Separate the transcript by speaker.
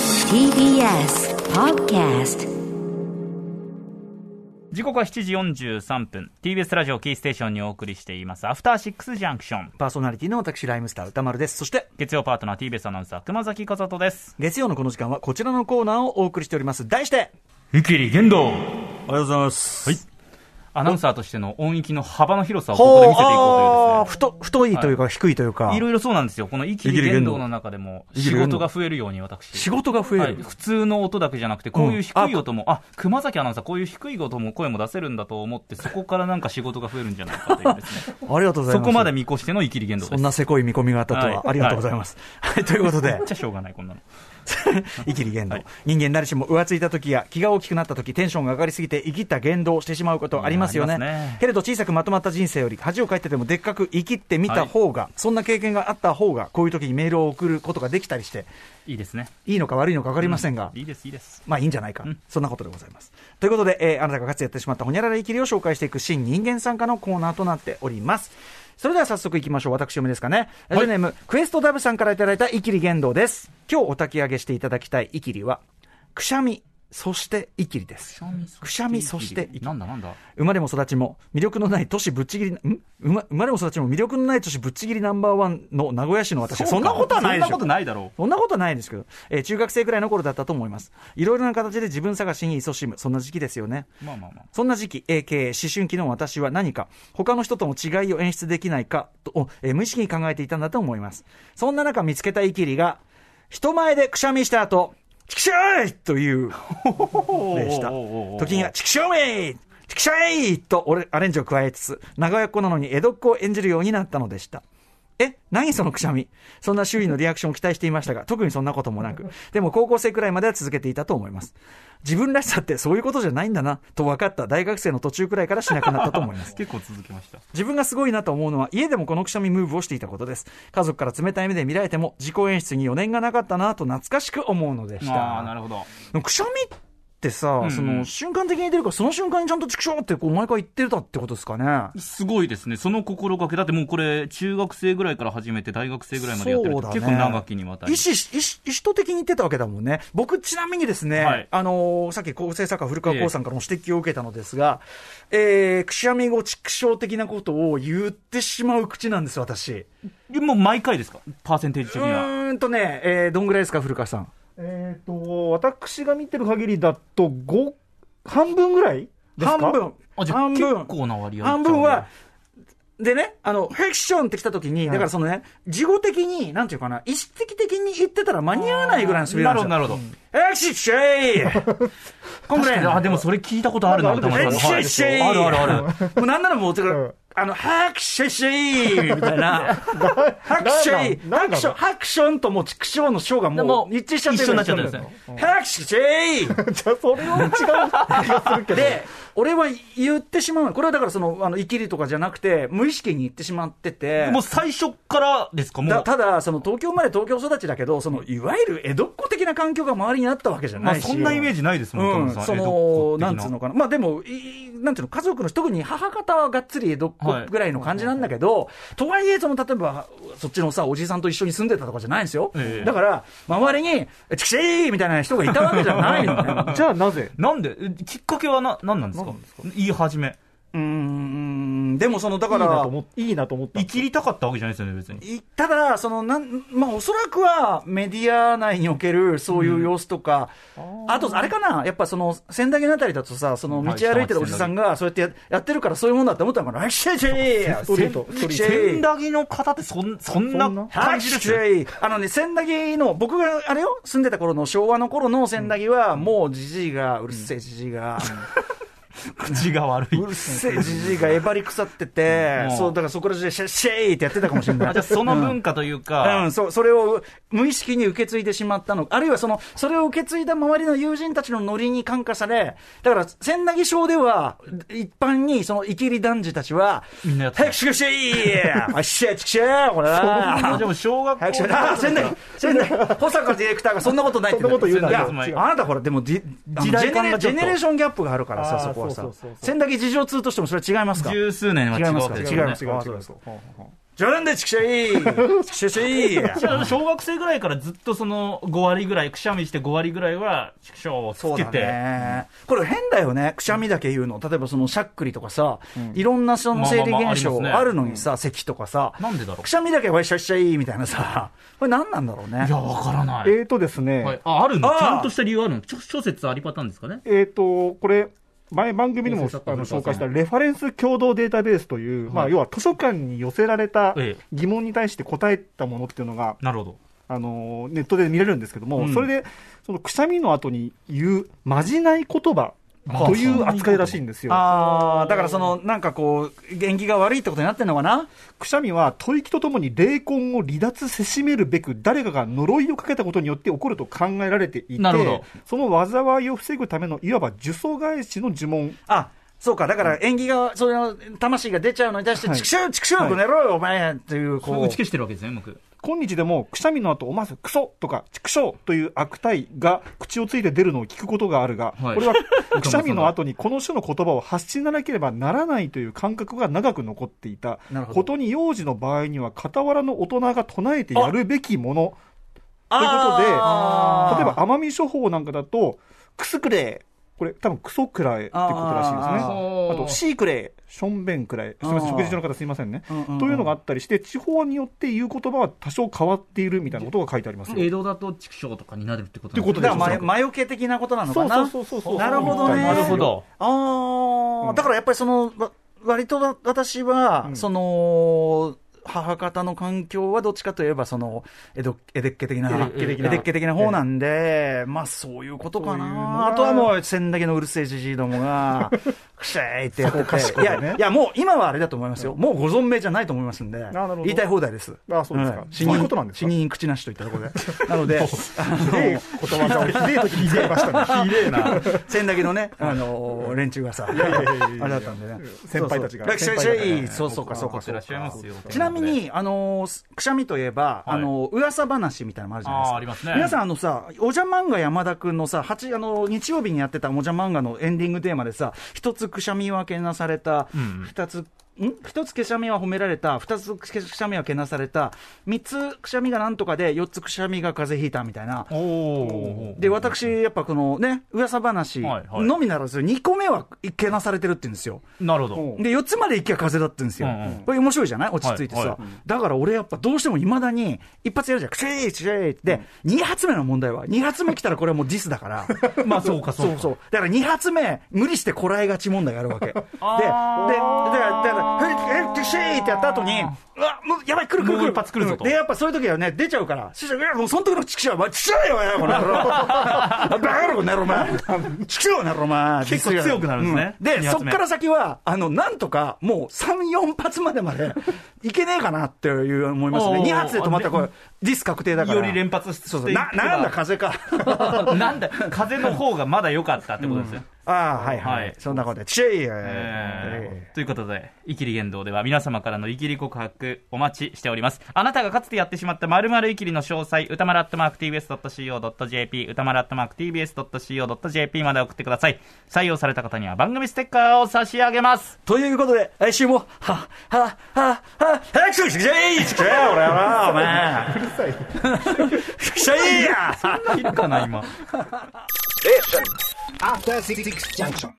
Speaker 1: TBS Podcast
Speaker 2: 時刻は7時43分 TBS ラジオキーステーションにお送りしていますアフターシックスジャンクション
Speaker 3: パーソナリティの私、ライムスター歌丸です。そして、
Speaker 2: 月曜パートナー TBS アナウンサー熊崎和人です
Speaker 3: 月曜のこの時間はこちらのコーナーをお送りしております。題して、
Speaker 2: ゆきり言動
Speaker 3: おはようございます。はい。
Speaker 2: アナウンサーとしての音域の幅の広さをここで見せていこうというですね
Speaker 3: 太、太いというか低いというか、
Speaker 2: いろいろそうなんですよ。このイキリ言動の中でも、
Speaker 3: イキリ
Speaker 2: 仕
Speaker 3: 言
Speaker 2: 事
Speaker 3: 動
Speaker 2: が増えるように私。
Speaker 3: 仕事が増え
Speaker 2: はい、
Speaker 3: る。
Speaker 2: 普通の音だけじゃなくて、こういう低い音も、あ熊崎アナウンサー、こういう低い音も声も出せるんだと思って、そこからなんか仕事が増えるんじゃないかというですね、
Speaker 3: ありがとうござい
Speaker 2: そ
Speaker 3: ます。
Speaker 2: こまで見越してのイキリ言動です。
Speaker 3: そんなせこい見込みがあったとは、
Speaker 2: はい
Speaker 3: ありがとうございます。はい、ということで
Speaker 2: めっ、ちゃしょうがない、こんなの。
Speaker 3: 生きり言動、
Speaker 2: はい
Speaker 3: 人間誰しも浮ついた時や気が大きくなった時テンションが上がりすぎて生きった言動をしてしまうことありますよね
Speaker 2: いやありますね
Speaker 3: けれど小さくまとまった人生より恥をかいてでもでっかく生きってみた方が、そんな経験があった方がこういう時にメールを送ることができたりして
Speaker 2: いいですね。
Speaker 3: いいのか悪いのか分かりませんが、
Speaker 2: いいです、いいです。
Speaker 3: まあいいんじゃないか、
Speaker 2: うん
Speaker 3: そんなことでございます。ということで、えーあなたがかつてやってしまったほにゃらら生きりを紹介していく新人間参加のコーナーとなっております。それでは早速いきましょう。私読みですかね。ラジオネーム、クエストダブさんからいただいたイキリ言動です。今日お焚き上げしていただきたいイキリは、くしゃみ、そしてイキリです。くしゃみ、そしてイキリ
Speaker 2: なんだなんだ。
Speaker 3: 生まれも育ちも魅力のない都市ぶっちぎりな、ん生ま生まれも育ちも魅力のない都市ぶっちぎりナンバーワンの名古屋市の私は、そんなことはないでし
Speaker 2: そ
Speaker 3: ょ。
Speaker 2: んなことないだろ
Speaker 3: そんなことないですけど、えー中学生くらいの頃だったと思います。いろいろな形で自分探しに勤しむ、そんな時期ですよね。
Speaker 2: う。まあまあまあ。
Speaker 3: そんな時期、AK、思春期の私は何か、他の人との違いを演出できないかと、おえー無意識に考えていたんだと思います。そんな中見つけたイキリが、人前でくしゃみした後、チクショイという例でした。
Speaker 2: おうおうおうおう
Speaker 3: 時には、チクショイチクショイと俺アレンジを加えつつ、長屋っ子なのに江戸っ子を演じるようになったのでした。え何そのくしゃみそんな周囲のリアクションを期待していましたが、特にそんなこともなく、でも高校生くらいまでは続けていたと思います。自分らしさってそういうことじゃないんだな、と分かった大学生の途中くらいからしなくなったと思い ます。
Speaker 2: 結構続けました。
Speaker 3: 自分がすごいなと思うのは、家でもこのくしゃみムーブをしていたことです。家族から冷たい目で見られても、自己演出に余念がなかったなと懐かしく思うのでし
Speaker 2: ああ、な
Speaker 3: た。
Speaker 2: るほど。
Speaker 3: でもくしゃみってさ、
Speaker 2: ん
Speaker 3: その瞬間的に出るから、その瞬間にちゃんと畜生ってこう毎回言ってたってことですかね。
Speaker 2: すごいですね。その心がけ。だってもうこれ、中学生ぐらいから始めて、大学生ぐらいまでやってる
Speaker 3: そう
Speaker 2: と
Speaker 3: だね
Speaker 2: 結構長きにわたり
Speaker 3: 意。思意思意思的に言ってたわけだもんね、僕、ちなみにですね、
Speaker 2: はい
Speaker 3: あのーさっき構成作家、古川光さんからも指摘を受けたのですが、えーくしゃみ後、畜生的なことを言ってしまう口なんです、私。
Speaker 2: でもう毎回ですかパーセンテージ
Speaker 3: う
Speaker 2: 的には。
Speaker 3: ーんとね、えーどんぐらいですか、古川さん。
Speaker 4: えー、と私が見てる限りだと5半分ぐらいですか
Speaker 3: 半分
Speaker 2: あ、じゃあ
Speaker 3: 半
Speaker 2: 結
Speaker 3: 分
Speaker 2: 構な割合。
Speaker 3: 半分は、、でね、あの、フィクションって来た時に、だからそのね、事後的に、なんていうかな、意識的に言ってたら間に合わないぐらいのスピー
Speaker 2: な
Speaker 3: ド
Speaker 2: るほど、な
Speaker 3: る
Speaker 2: るほど。
Speaker 3: ほど。エクシッ シェイこんぐらい。
Speaker 2: あ、でもそれ聞いたことあるな、歌
Speaker 3: え
Speaker 2: 丸さん。はい
Speaker 3: シェイシェイ
Speaker 2: あるあるある。
Speaker 3: もうなんならもう、て
Speaker 4: う
Speaker 3: か
Speaker 4: ん、
Speaker 3: あの、ハクシェイシェイ みたいな。ハクシェイ、
Speaker 4: な
Speaker 3: ハ
Speaker 4: ん
Speaker 3: ク
Speaker 4: な
Speaker 3: ション、
Speaker 4: ん
Speaker 3: ハクションともう畜生のショーが
Speaker 2: で
Speaker 3: も
Speaker 2: も
Speaker 3: う一致しちゃってる
Speaker 2: 一緒になっちゃってるんですね。
Speaker 3: ハクシェイ
Speaker 4: じゃあそれは違う気がするけど
Speaker 3: で、俺は言ってしまうの。これはだからその、あの、イキリとかじゃなくて、無意識に言ってしまってて。
Speaker 2: もう最初からですかも
Speaker 3: だ
Speaker 2: う。
Speaker 3: ただ、その東京生まれ東京育ちだけど、そのいわゆる江戸っ子的な環境が周りにあったわけじゃ
Speaker 2: ま
Speaker 3: な
Speaker 2: あ
Speaker 3: いし、
Speaker 2: そんなイメージないですもん、歌
Speaker 3: う
Speaker 2: 丸
Speaker 3: ん、
Speaker 2: さん。
Speaker 3: そ
Speaker 2: 江戸っ
Speaker 3: の
Speaker 2: 子的
Speaker 3: なんつうのかな、まあでも、いいなんつうの、家族の人、特に母方はがっつり江戸っ
Speaker 2: はい
Speaker 3: 子ぐらいの感じなんだけど、とはいえ、その例えば、そっちのさ、おじさんと一緒に住んでたとかじゃないんですよ、
Speaker 2: ええ
Speaker 3: だから、周りに、チクシーみたいな人がいたわけじゃない のね。
Speaker 4: じゃあなぜ
Speaker 2: なんで、えきっかけはな、なんなんですか言い始め。
Speaker 3: うーん、でもその、だ
Speaker 4: いい
Speaker 3: か
Speaker 4: な
Speaker 3: ら
Speaker 4: と、思っいいなと思った
Speaker 2: 生きりたかったわけじゃないですよね、別に。
Speaker 3: いただそのなん、まあ、おそらくはメディア内におけるそういう様子とか、あと、あれかな、やっぱその仙台のあたりだとさ、その道
Speaker 2: はい
Speaker 3: 歩いてるおじさんが、そうやってややってるから、そういうもんだって思ったのかな、シェイシェイ
Speaker 4: ストリート
Speaker 3: シェイシェ
Speaker 2: 千
Speaker 3: イ
Speaker 2: 駄木の方ってそんそんな
Speaker 4: そんな
Speaker 2: 感じです
Speaker 3: シェイあのね、千駄木の、僕があれよ、住んでた頃の昭和の頃の千駄木は、もうじじいが、うるせえじじいが、
Speaker 2: 口が悪いう
Speaker 3: るせえじじいがえばり腐ってて
Speaker 2: う、ん
Speaker 3: そう、だからそこら中でシェイシェイってやってたかもしれな
Speaker 2: あ
Speaker 3: い
Speaker 2: じゃあ。その文化という
Speaker 3: う
Speaker 2: か、
Speaker 3: ん、そう、それを無意識に受け継いでしまったの。あるいはその、それを受け継いだ周りの友人たちのノリに感化され、だから、千駄木賞では、一般に、その、イキリ男児たちは、
Speaker 2: みんなやって
Speaker 3: ヘ
Speaker 2: た
Speaker 3: クシクシーあっしゃ、チクシーこれ
Speaker 2: あ
Speaker 3: な
Speaker 2: でも小学校
Speaker 3: 早くしろあー、仙台、仙台、保坂ディレクターがそんなことないって
Speaker 4: そんなこと言うな
Speaker 3: や
Speaker 2: お前
Speaker 3: 違うあなたほら、でもじ、時
Speaker 2: 時
Speaker 3: 代
Speaker 2: 代
Speaker 3: ジェ
Speaker 2: 感
Speaker 3: ネレ
Speaker 2: がち
Speaker 3: ジ
Speaker 2: ょ
Speaker 3: ェ
Speaker 2: っと
Speaker 3: ネレーションギャップがあるからさ、
Speaker 4: あー
Speaker 3: そこはさ
Speaker 4: そうそうそう、そう
Speaker 3: 仙台木事情通としてもそれは違いますか
Speaker 2: 十数年は違う
Speaker 3: 違います
Speaker 2: か
Speaker 3: か
Speaker 2: ら
Speaker 3: 違
Speaker 2: ね
Speaker 3: いますか
Speaker 4: 違う違う違う
Speaker 3: 冗談でちくしゃいちくしゃ い
Speaker 2: じゃあ小学生ぐらいからずっとその5割ぐらい、くしゃみして5割ぐらいは、畜生をつ
Speaker 3: そう
Speaker 2: け
Speaker 3: だ
Speaker 2: て、
Speaker 3: ね。これ変だよね。くしゃみだけ言うの。例えばそのしゃっくりとかさ、いろんなその生理
Speaker 2: まあまあまあ
Speaker 3: 現
Speaker 2: あり
Speaker 3: 象
Speaker 2: ますね
Speaker 3: あるのにさ、咳とかさ、
Speaker 2: なんでだろ
Speaker 3: くしゃみだけわしゃしゃいみたいなさ、これ何なんだろうね
Speaker 2: う。い。や、わからない。
Speaker 4: えーとですね、
Speaker 2: はい、ああるの
Speaker 3: あー
Speaker 2: ちゃんとした理由あるのちょ諸説ありパターンですかね
Speaker 4: えー、とこれ、前番組で
Speaker 2: そ
Speaker 4: も
Speaker 2: うそうそう
Speaker 4: あの
Speaker 2: そう
Speaker 4: 紹介したレファレンス共同データベースという、まあ、要は図書館に寄せられた
Speaker 2: ええ
Speaker 4: 疑問に対して答えたものっていうのが、
Speaker 2: なるほど。
Speaker 4: あのネットで見れるんですけども、
Speaker 2: うん
Speaker 4: それでそのくしゃみの後に言うまじない言葉という扱いらしいんですよ。
Speaker 3: ああ、だからその、なんかこう、元気が悪いってことになってんのかな
Speaker 4: くしゃみは吐息とともに霊魂を離脱せしめるべく誰かが呪いをかけたことによって起こると考えられていて
Speaker 2: なるほど
Speaker 4: その災いを防ぐためのいわば呪詛返しの呪文
Speaker 3: あ、そうか、だから縁起が、それの魂が出ちゃうのに対して、
Speaker 4: はい
Speaker 3: ちくしょう、ちくしょう、この野郎、お前っていう、
Speaker 2: こ
Speaker 3: こ
Speaker 2: れ打
Speaker 3: う
Speaker 2: ち。消してるわけですね、うまく。
Speaker 4: 今日でもくしゃみの後思わずクソとかチクショーという悪態が口をついて出るのを聞くことがあるが、
Speaker 2: はい
Speaker 4: これはくしゃみの後にこの種の言葉を発しなければならないという感覚が長く残っていた
Speaker 3: なるほど
Speaker 4: ことに幼児の場合には傍らの大人が唱えてやるべきもの
Speaker 3: と
Speaker 4: ということで
Speaker 3: あー
Speaker 4: 例えば奄美処方なんかだとクスクレーこれ多分クソくらえってことらしいですね
Speaker 3: あ
Speaker 4: あ
Speaker 2: ー
Speaker 4: とシークレーションベンくらえすみま
Speaker 3: あ
Speaker 4: せん
Speaker 3: ー
Speaker 4: 食事中の方すみませんね
Speaker 3: うんうんうん
Speaker 4: というのがあったりして地方によって言う言葉は多少変わっているみたいなことが書いてありますよ
Speaker 2: 江戸だと畜生とかになるってことなん
Speaker 4: ってこと
Speaker 2: ね
Speaker 4: で
Speaker 3: だから前
Speaker 4: すよ
Speaker 3: 前置け的なことなの
Speaker 4: そ
Speaker 3: か
Speaker 4: う
Speaker 3: な。
Speaker 4: そうそうそうそう
Speaker 3: なるほどね。
Speaker 2: なるほど。
Speaker 3: ああ、
Speaker 4: うん
Speaker 3: だからやっぱりその、わ割とわ私は、
Speaker 4: うん
Speaker 3: その、母方の環境はどっちかといえば、その、江戸、江戸っけ的な、
Speaker 2: 江戸っ
Speaker 3: 江
Speaker 2: 気的
Speaker 3: 戸
Speaker 2: な
Speaker 3: っ気的な方なんで、まあそういうことか
Speaker 4: そういう
Speaker 3: な。
Speaker 4: のが
Speaker 3: あとはもう、千だけのうるせえじじいども が、くしゃーいってやって
Speaker 4: そう
Speaker 3: て、
Speaker 4: か
Speaker 3: い
Speaker 4: しこ
Speaker 3: や、
Speaker 4: でね
Speaker 3: いやもう今はあれだと思いますよ。もうご存命じゃないと思いますんで
Speaker 4: なるほ、ど
Speaker 3: 言いたい放題です。
Speaker 4: あそうですか
Speaker 3: ん
Speaker 4: そういうことなんです
Speaker 3: 死
Speaker 4: か
Speaker 3: 人口なしといったところで。なの で、
Speaker 4: ひでえことわざをひでえ時に言いましたねひで えな
Speaker 3: 千だけのね、あのー連中がさ、あ
Speaker 4: やいやいやいや
Speaker 3: れだったんでね。
Speaker 4: 先輩たちが
Speaker 3: そうそう
Speaker 4: 先輩方がね
Speaker 3: そうそうか、そうか、
Speaker 2: って
Speaker 3: そう
Speaker 2: らっしゃいま
Speaker 3: か。
Speaker 2: すよ。
Speaker 3: ちなみに、あのーくしゃみといえば、
Speaker 2: はい
Speaker 3: あのー噂話みたいなのもあるじゃないです
Speaker 2: あ
Speaker 3: か。
Speaker 2: ーありますね
Speaker 3: 皆さん、あのさ、おじゃ漫画山田くんのさ、八あのー日曜日にやってたおじゃ漫画のエンディングテーマでさ、一つくしゃみ分けなされた、二、つ、ん一つくしゃみは褒められた、二つくしゃみはけなされた、三つくしゃみがなんとかで、四つくしゃみが風邪ひいたみたいな、
Speaker 2: おお。
Speaker 3: で、私、やっぱこのね、噂話
Speaker 2: はいはい
Speaker 3: のみならず、2個目はけなされてるって言うんですよ。
Speaker 2: なるほど。
Speaker 3: で、4つまで行きゃ風邪だって言うんですよ
Speaker 2: うんうん。
Speaker 3: これ面白いじゃない落ち着いて
Speaker 2: はい
Speaker 3: さ
Speaker 2: は。
Speaker 3: だから俺やっぱどうしても未だに、一発やるじゃん。くしゃいくしゃいって、2発目の問題は、2発目来たらこれはもうディスだから。
Speaker 2: まあ、そうか、そ
Speaker 3: そうう
Speaker 2: か。
Speaker 3: そう。だから2発目、無理してこらえがち問題があ るわけ。で、で、で、だから、だから、ふっ、ふっ、シーってやった後に、うわ、もう、やばい、来る来る来
Speaker 2: も
Speaker 3: る。
Speaker 2: う一発来るぞと
Speaker 3: うんで、やっぱそういう時はね、出ちゃうから、師匠、いや、もうその時のチクショーは、お前、チクショーよ、お前こ の野郎。バカ野郎、この野郎、お前。チクショーよ、なろ、お前。
Speaker 2: 結構強くなるんですね
Speaker 3: うで、
Speaker 2: 二
Speaker 3: そ
Speaker 2: 発
Speaker 3: っ
Speaker 2: 目
Speaker 3: から先は、あの、なんとか、もう3、4発までまで、いけねえかなっていう思いますね。
Speaker 2: おー
Speaker 3: 2発で止まったら、これ、ディス確定だから。
Speaker 2: より連発していけば
Speaker 3: そうそう。な、なんだ、風か。
Speaker 2: なんだ、風の方がまだ良かったってことですね。
Speaker 3: ああ、はいは
Speaker 2: はいい。
Speaker 3: そんなことで、チェイよ
Speaker 2: えーということで、イキリ言動では皆様からのイキリ告白お待ちしております。あなたがかつてやってしまった〇〇イキリの詳細、歌丸アットマーク tbs.co.jp、歌丸アットマーク tbs.co.jp まで送ってください。採用された方には番組ステッカーを差し上げます。
Speaker 3: ということで、来週も、は、は、は、は、は、早くしろ、しくしゃいしくしゃい俺は、お前。うるさい。しくしゃいや
Speaker 2: いるかな、今。
Speaker 5: After Six Junction.